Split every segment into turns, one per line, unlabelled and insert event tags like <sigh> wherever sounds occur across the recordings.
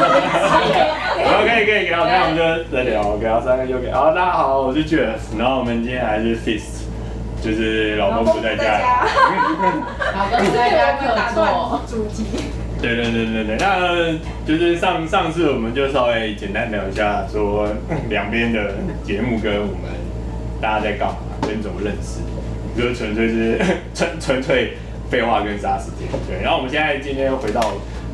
然后可以可以给到，那我们就再聊，给到三个就给。好，大家好，我是 j e f 然后我们今天还是 Feast，就是老公不在家。
好跟大家客座，
主题。
对对对对对，那就是上上次我们就稍微简单聊一下，说嗯两边的节目跟我们大家在干嘛，跟怎么认识，就是纯粹是 <laughs> 纯纯粹废话跟杀时间。对，然后我们现在今天回到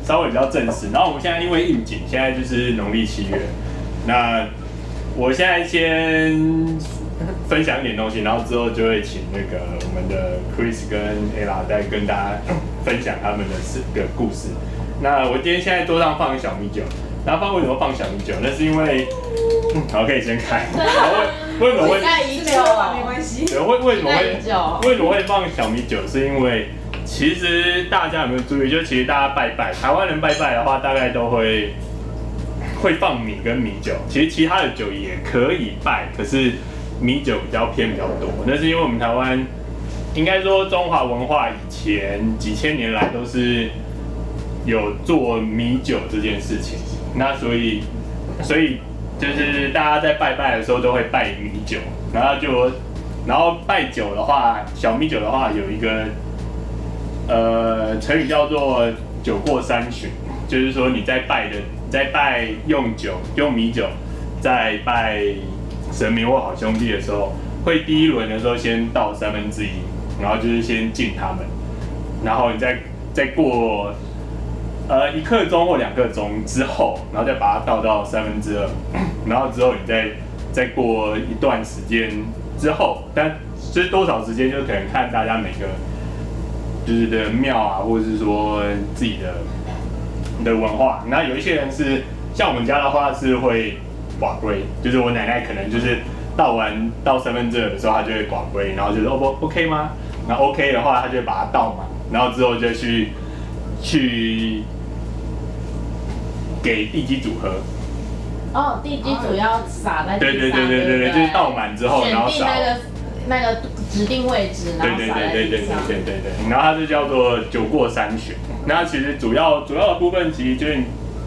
稍微比较正式，然后我们现在因为应景，现在就是农历七月，那我现在先分享一点东西，然后之后就会请那个我们的 Chris 跟 Ella 再跟大家分享他们的四个故事。那我今天现在桌上放小米酒，然后放为什么放小米酒？那是因为，嗯好，可以先开。 <laughs> 为什么会
期待已
是
久
没有，吧没关系。
对，为为什么
耐久
会为什么会放小米酒？是因为其实大家有没有注意？就其实大家拜拜，台湾人拜拜的话，大概都会会放米跟米酒。其实其他的酒也可以拜，可是米酒比较偏比较多。那是因为我们台湾应该说中华文化以前几千年来都是有做米酒这件事情，那所以所以就是大家在拜拜的时候都会拜米酒，然后就然后拜酒的话，小米酒的话有一个呃成语叫做“酒过三巡”，就是说你在拜的在拜用酒用米酒，在拜神明或好兄弟的时候，会第一轮的时候先倒三分之一，然后就是先敬他们，然后你再再过呃一刻钟或两刻钟之后，然后再把它倒到三分之二，然后之后你再再过一段时间之后，但就是多少时间，就可能看大家每个就是的庙啊，或者是说自己的的文化。那有一些人是像我们家的话是会寡龟，就是我奶奶可能就是倒完倒三分之二的时候，她就会寡龟，然后就说哦不 OK 吗？然后 OK 的话，她就会把它倒满，然后之后就去去给地基组合。
哦，地基主要撒在
对对对
地上，
对对
对
对，
不
就是倒满之后，
选
然后
定
扫。
那个那个指定位置，
对
然后
对
撒在
对对对
地
对
上。
对对对，然后它就叫做酒过三巡。那其实主要主要的部分其实就是，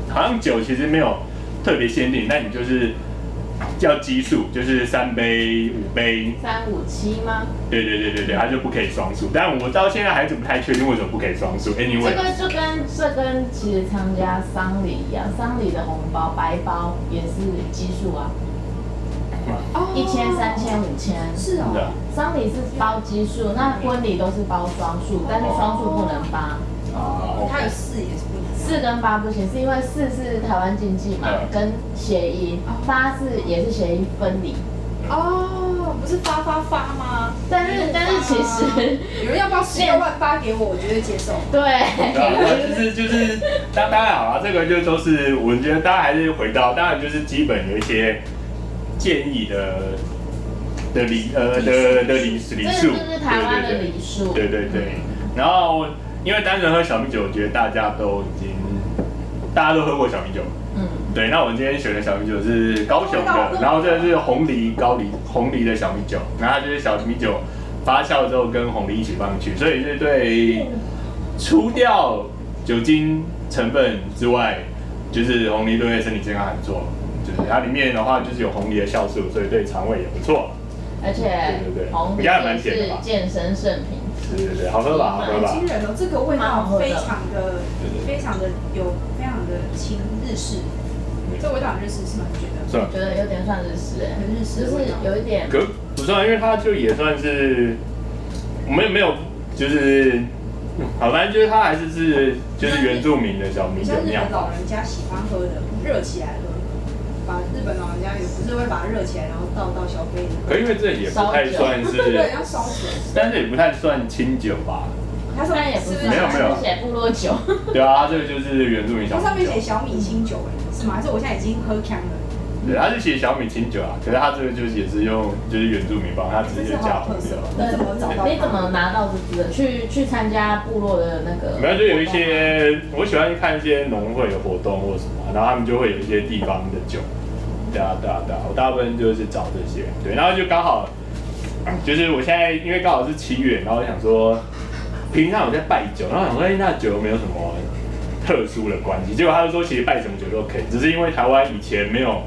好像酒其实没有特别限定，那你就是要基数，就是三杯、五杯，
三五七吗？
对对对对对，它就不可以双数。但我到现在还是不太确定为什么不可以双数。
这
Anyway，
个就跟这跟其实参加丧礼一样，丧礼的红包白包也是基数啊，
哦
一千、三千、五千。
是
真的
哦，
丧礼是包基数，那婚礼都是包双数，但是双数不能八。
哦
他有
，OK，
四也是不能。
四跟八不行，是因为四是台湾禁忌嘛
嗯，
跟协议；八是也是协议分离。
哦，不是发发发吗？
但是但是其实
有人要不要十六万发给我，我绝对接受。
对
对，
啊，就是就是，当当然好啊了，这个就都是我觉得大家还是回到，当然就是基本有一些建议的的礼呃的的礼
这
礼
个
数，
就是台湾的礼数。
对对对对对。然后因为单纯喝小米酒，我觉得大家都已经大家都喝过小米酒，
嗯，
对，那我们今天选的小米酒是高雄的，然后这是红梨高梨红梨的小米酒，然后它就是小米酒发酵之后跟红梨一起放进去，所以是对除掉酒精成分之外，就是红梨对身体健康很不错，就是它里面的话就是有红梨的酵素，所以对肠胃也不错。
而且
对对对
红
你家还
也
蛮甜的
是
吧
健身圣品。
对对对，好喝吧，好喝
很
吧
惊。人哦，这个味
蛮好
道
喝的
非常的、非常的有、非常的亲日式，这个味道很日式是吗？你觉得？
是吧
我？觉得有点算日式哎，
很日式
就是有一点
可不算，因为它就也算是，我们也没有，就是，好，反正就是它还是是就是原住民的小米
很
酒
像日
酿
本。老人家喜欢喝的，热起来喝。把日本老人家也不是会把它热起来，然后倒到小杯里。
可因为这也不太算
对，
是，
要烧水。
但是也不太算清酒吧？
它上
但也
面
不
是不
是
是
没有没有
它是写部落酒。
对啊，它这个就是原住民小
它上
米
面
酒
写。小米清酒哎，是吗？还是我现在已经喝呛了？
对，它是写小米清酒啊，可是它这个就是也是用就是原住民方，它直
这
接
是
加
好
红
特色
酒。
哦。你怎么找到？
你怎么？拿到这支的？去去参加部落的那个？
没有，就有一。些我喜欢看一些农会的活动或什么，然后他们就会有一些地方的酒。对啊，对啊，对啊，我大部分就是找这些。对，然后就刚好，就是我现在因为刚好是七月，然后我想说，平常我在拜酒，然后想说，哎，那酒有没有什么特殊的关系。结果他就说，其实拜什么酒都可以，只是因为台湾以前没有，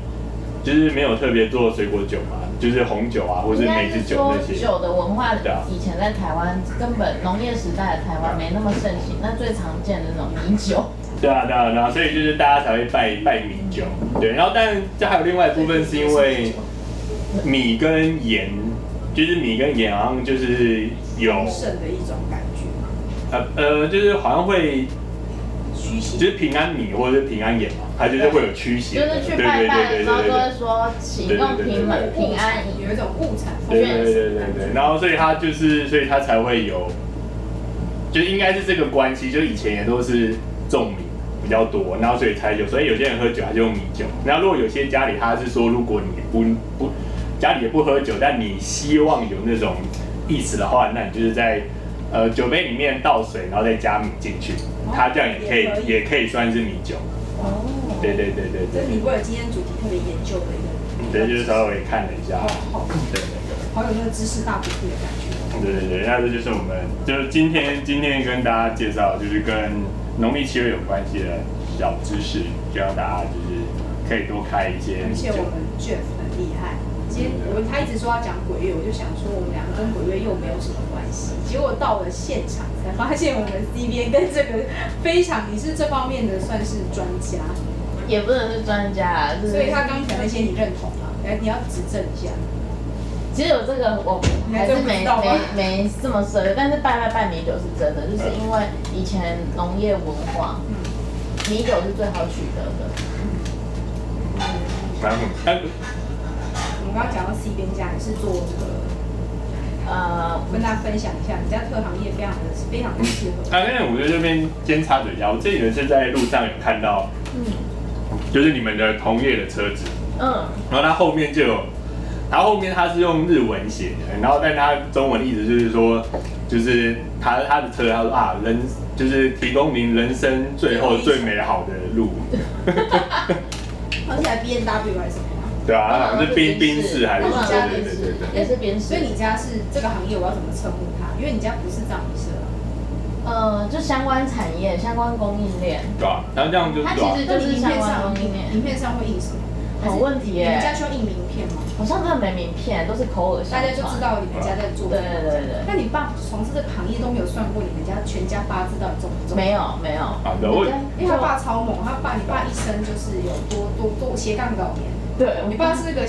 就是没有特别做水果酒嘛，就是红酒啊，或是
应该
梅
是
子酒
说
那些。
酒的文化
对啊
以前在台湾根本农业时代的台湾没那么盛行，那最常见的那种米酒，
对啊，对啊，对啊，所以就是大家才会拜拜米酒。对，然后但这还有另外一部分是因为米跟盐，就是米跟盐好像就是有
丰盛的一种感觉，
呃呃，就是好像会
虚
就
形。
是平安米或者是平安盐嘛，它就是会有驱邪
就
的，
是去拜拜的时候
对
都会说，请用平
对
门平安饮。
有一种物产丰
对对
盛
对对
的
对
感
对，
觉。
然后所以它就是，所以它才会有，就应该是这个关系，就以前也都是种米比较多，然后所以才有，所以有些人喝酒他就用米酒，然后如果有些家里他是说，如果你不不家里也不喝酒，但你希望有那种意思的话，那你就是在呃酒杯里面倒水，然后再加米进去，它这样也可以
哦也可以
也可以算是米酒，
哦，
对对对对
这是
对，
你为了今天主题特别研究的一个，
对就是稍微看了一下
好，好
对对对。
好有那个知识大补贴的感觉。
对对对，那这就是我们就是今天今天跟大家介绍，就是跟农历七月有关系的小知识，就让大家就是可以多开一些
而且
酒
我。们 Jeff 很厉害，今天我他一直说要讲鬼月，我就想说我们两个跟鬼月又没有什么关系。结果到了现场才发现，我们 C B A 跟这个非常，你是这方面的算是专家，
也不能是专家啦，就是
所以他刚才那些你认同吗？来，你要指正一下。
其实有这个我还是没
你还真不知道啊吗
没没这么深，但是拜拜拜米酒是真的，就是因为以前农业文化，
嗯，
米酒是最好取得的，
然后，但
我们刚刚讲到 C B A 家，你是做这个，
呃，
跟大家分享一下，你家特行业非常的非常的适合。
啊，那我在这边先插嘴一下，我自己有一次在路上有看到，
嗯
就是你们的同业的车子，
嗯，
然后它后面就有，然后后面它是用日文写的，然后但它中文意思就是说，就是它它的车，他说啊，人就是提供您人生最后最美好的路，
而且还 B N W 还是什么啊？
对啊，它好像是冰冰室还是
他们
对
家
对
冰
对
室嗯
对对对。
也是冰室，
所以你家是这个行业，我要怎么称呼它？因为你家不是葬仪社啊，
呃，就相关产业、相关供应链，
对啊，然后这样就
它
对啊
其实就是
那你影
相
片
关
上
供应链
影片上会印什么？
好问题耶
你们家需要印名片吗？
好像真的没名片，都是口耳相
大家
传，
就知道你们家在做。
对对对对
那你爸从事这个行业都没有算过你们家全家八字到底重不重？
没。有没有，
好的我
因为他爸超猛，他爸你爸一生就是有多多多斜杠老年，
对，
你爸是那个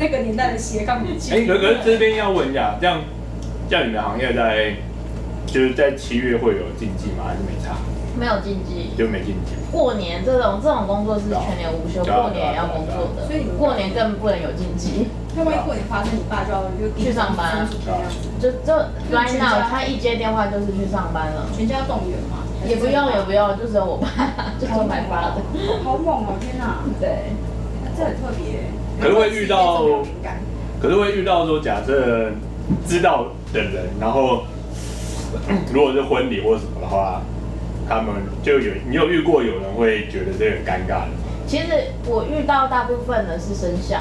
那个年代的斜杠女性。
哎，可可是这边要问一下，这样叫你们的行业在就是在七月会有禁忌吗？还是没差？
没有禁忌，
就没禁忌。
过年这种这种工作是全年无休，
对啊
过年也要工作
对啊对啊对
的，
啊所以你们
过年更不能有禁忌。
那万一过年发生，你爸就要就
去上班啊
出去这样子，
就就
全
right
家
now，他一接电话就是去上班了，
全家动员嘛。还是
也不用也不用，就只有我爸， <laughs> 就是我买发的。
好猛哦！天哪，
对，
这很特别。
可是会遇到
这么有灵感
可是会遇到说，假设知道的人，然后 <clears throat> 如果是婚礼或什么的话，他们就有你有遇过有人会觉得这个很尴尬的吗？
其实我遇到大部分的是生肖，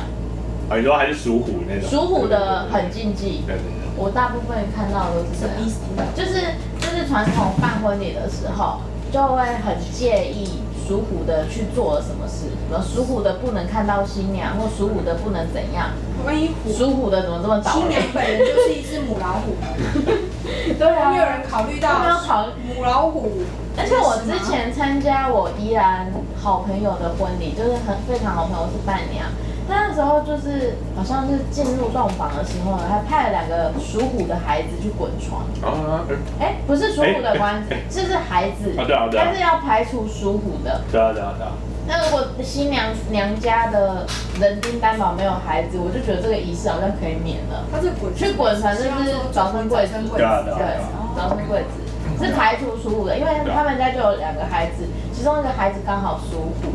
啊，你说还是属虎那种？
属虎的很禁忌
啊对。，啊对对
我大部分看到的都是
什
这
么
样
意。思？
就是就是传统办婚礼的时候，就会很介意属虎的去做了什么事，什么属虎的不能看到新娘，或属虎的不能怎样，
万一虎
属虎的怎么这么倒
新
霉
娘？本人就是一只母老虎，
对
没有 <laughs> 人考虑到
没有考虑
母老虎。
而且我之前参加我依然好朋友的婚礼，就是很非常好朋友是伴娘。那那时候就是好像是进入洞房的时候呢，还派了两个属虎的孩子去滚床。
对。啊，嗯
哎，不是属虎的官
哎，
这是孩子
啊对啊，对啊
但是要排除属虎的。
对啊对啊对啊。
那如果新娘娘家的人丁担保没有孩子，我就觉得这个仪式好像可以免了。
他是滚
去滚船就是早生贵子
对啊对
对
啊，
早生贵子是排除属虎的，因为他们家就有两个孩子，其中一个孩子刚好属虎，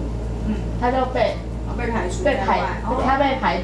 嗯，哦
他就被
被排除
被排
在外，
他
哦
被排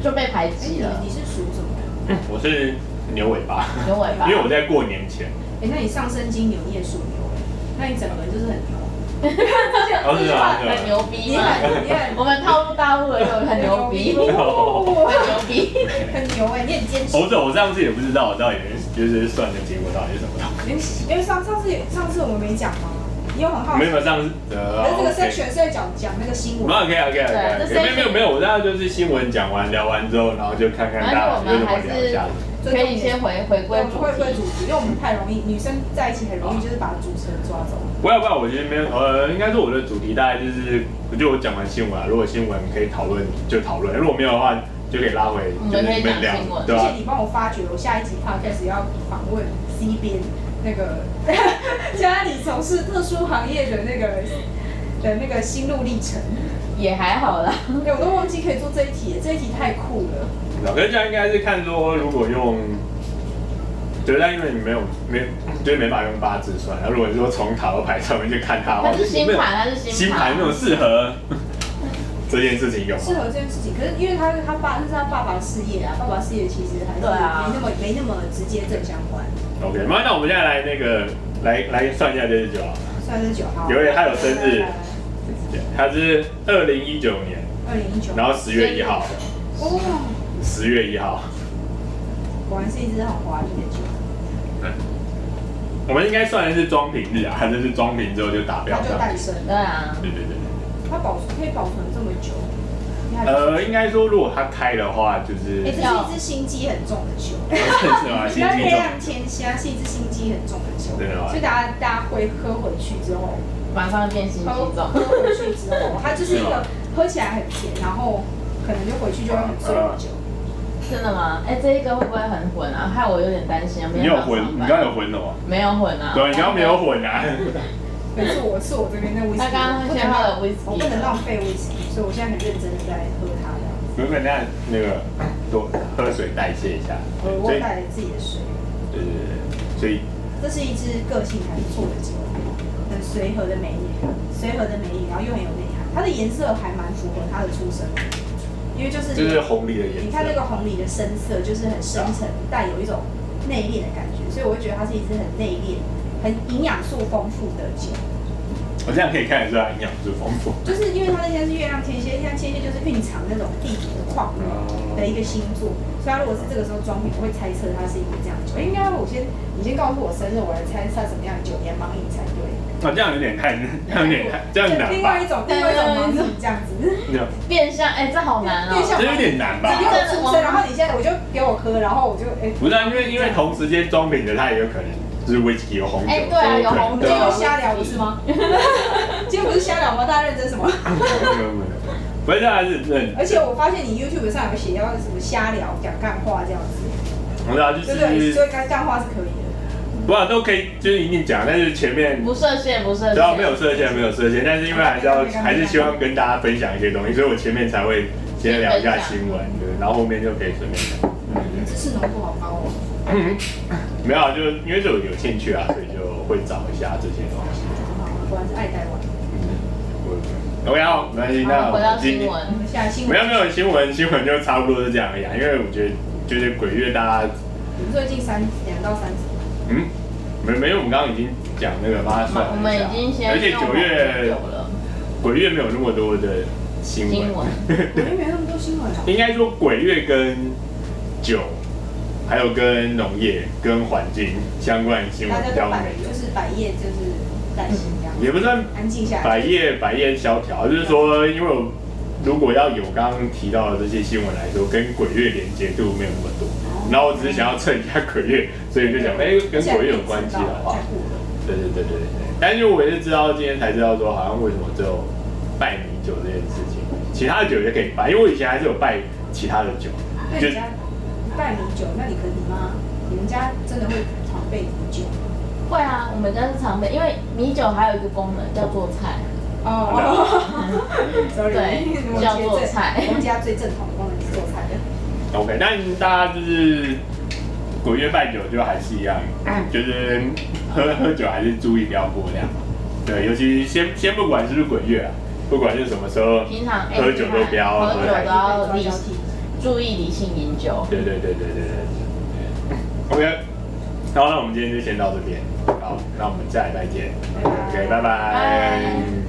就被排挤
哎
了
你，你是属什么的？
嗯
我是牛尾巴，
牛尾巴
因为我在过年
<laughs>
前，
哎，那你上升金牛，你也属牛，哎那你整个人就是很牛。
哦是啊是啊
很牛逼
你
嘛。
很你很
我们套路大陆人就很牛逼，很
哦
牛逼。
<laughs>
很牛哎，你很坚持。
猴子我上次也不知
<laughs>
道，我到底就是算的结果到底是什么东西。
因为上上次上次我们没讲吗？你又很好奇。
没有没有这样子。呃
可是这
OK
个 section 是在讲讲那个新闻
没，有 OK OK
对
OK，
这
没有没有没有，我大家就是新闻讲完聊完之后，然后就看看大
而且
家
我
有什
们
么
还
聊一下。
是可以先回回归
我们
主
会归主题，
题。
因为我们太容易，女生在一起很容易就是把主持人抓走。
不要不要，我觉得没有，呃，应该说我的主题大概就是，我就我讲完新闻啊，如果新闻可以讨论就讨论，如果没有的话就可以拉回，
嗯
就是
可
你
以讲
们聊
新闻，
对啊吧、
而且你帮我发掘，我下一集 podcast 要访问 C 边那个 <laughs> 家里从事特殊行业的那个的那个心路历程。
也还
<laughs>
好啦，
对，我都忘记可以做这一题，这一题太酷了。
老哥这样应该是看说，如果用，对，但因为你没有没有，就是没办法用八字算，然后如果你说从塔罗牌上面去看它的话，
它是星
没有
盘，它是
星
星
盘
盘
那。种适合 <laughs> 这件事情有
适
吗？
合这件事情，可是因为他他爸那是他爸爸的事业啊，爸爸事业其实还是
对啊
没那么没那么直接正相关。
OK，那那我们现在来那个来来算一下这支酒啊，
算是九号，
有耶他有生日对它是二零一九年，
二零一九，
然后十月一号，
哦，
十月一号，
果然是一支很华丽的酒，
对，我们应该算的是装瓶日啊，它就是装瓶之后就打标
它就
上，
诞生了，
对啊，
对对对对，
它保存可以保存这么久，你看哎
呃，应该说如果它开的话，就是
哎，这是一支心机很重的酒，
是吗？啊心
它
机
月
重，啊
亮天虾是一支心机很重的酒，
真的吗
所以大家大家会喝回去之后，
马上变星星
喝
种。
喝回去之后，它就是一
<laughs>
个
嗯
喝起来很甜，然后可能就回去就
啊
会很醉的酒。
真的吗？哎、这一个会不会很混啊？害我有点担心。
你有混，你刚刚有混什么？
没有混啊？
对，你刚刚没有。混啊。
可是我是我这边的威士忌，
他刚刚先喝了威士忌
我不能浪费威士忌，所以我现在很认真的在喝它的。
原本那那个多喝水代谢一下，所
我我
以
带了自己的水，
对对对，所以
这是一支个性还不错的酒，很随和的美女，随和的美女，然后又很有内涵。它的颜色还蛮符合它的出身，因为就是
这是红梨的颜色。
你看那个红梨的深色，就是很深沉，带有一种内敛的感觉，所以我会觉得它是一支很内敛、很营养素丰富的酒。
我这样可以看得出来营养素丰富。
就是因为它那天是月亮天蝎，月亮天蝎就是蕴藏那种地底的矿物
哦
的一个星座，所以它如果是这个时候装瓶，我会猜测它是一个这样的酒。应该我先，你先告诉我生日，我来猜它什么样的酒年盲饮才
<laughs>
对。
啊，这样有点太，这样有点太，这样难
另
吧
外一？种，另外一种盲饮这样子。 <laughs>
没有
变相哎、这好难哦、
变
这
相
有点难吧
你？有出生，然后你现在我就给我喝，然后我就哎，
不是啊，因为因为同时间装瓶的它也有可能就是 whisky 有红酒，
哎对啊
都有可能
有红酒
对
今天
啊
又瞎聊不是吗？ <laughs> 今天不是瞎聊吗？大家认真什么？ <laughs>
没有没有没有，不是啊，是认，
而且我发现你 YouTube 上有写要什么瞎聊、讲干话这样子，
不是啊，就
对不对？所
是
以干干话是可以的。
不啊都可以，就是一定讲，但是前面
不设限，不设限。
对啊，没有设限，没有设限，但是因为还是要，
啊
还是希望跟大家分享一些东西，所以我前面才会先聊一下新闻，对，然后后面就可以随便聊。
<laughs>
知识浓度好高哦。
嗯，没有啊，就因为这我有兴趣啊，所以就会找一下这些东西。
果然是爱台湾。
我嗯 OK 好，没关系，那
好回到
我今
新
天
闻
我，们下新闻。
没有没有新闻，新闻就差不多是这样而已、啊，因为我觉得就是鬼月大家，
我们最近三两到三集。
嗯，没没有，我们刚刚已经讲那个八算了一
我
下
们已经先
而且
用
九
红
月
酒了，
鬼月没有那么多的新闻
新。闻
我们没那么多新闻啊。
应该说鬼月跟酒，还有跟农业、跟环境相关的新闻
大家
比
都
较
百
没有
就，是百业就是担心这样，
也不算
啊安静下
百
来。
业百业萧条，就是说，因为我如果要有刚刚提到的这些新闻来说，跟鬼月连接度没有那么多。
哦
然后我只是想要蹭一下鬼月，所以就想，哎、跟鬼月有关系的话
现在，嗯可以知道了
对对对对对对。但是我也是知道今天才知道说，好像为什么只有拜米酒这件事情，其他的酒也可以拜，因为我以前还是有拜其他的酒，
在过了。那你家拜米酒，那你可你妈，你们家真的会常备米酒？
会啊，我们家是常备，因为米酒还有一个功能叫做菜，
哦 <laughs> ，sorry，
对
我们
叫
家最
做菜
我们家最正统的功能是做菜的。
OK，但大家就是鬼月拜酒就还是一样，
嗯
就是喝喝酒还是注意不要过量。对，尤其先先不管是不是鬼月啊，不管是什么时候，
平常哎
喝酒都不要
喝酒都要理
交替
注意理性饮酒。
对对对对对对。OK，好，那我们今天就先到这边，好，那我们下礼拜见。
拜拜
OK，拜拜。
拜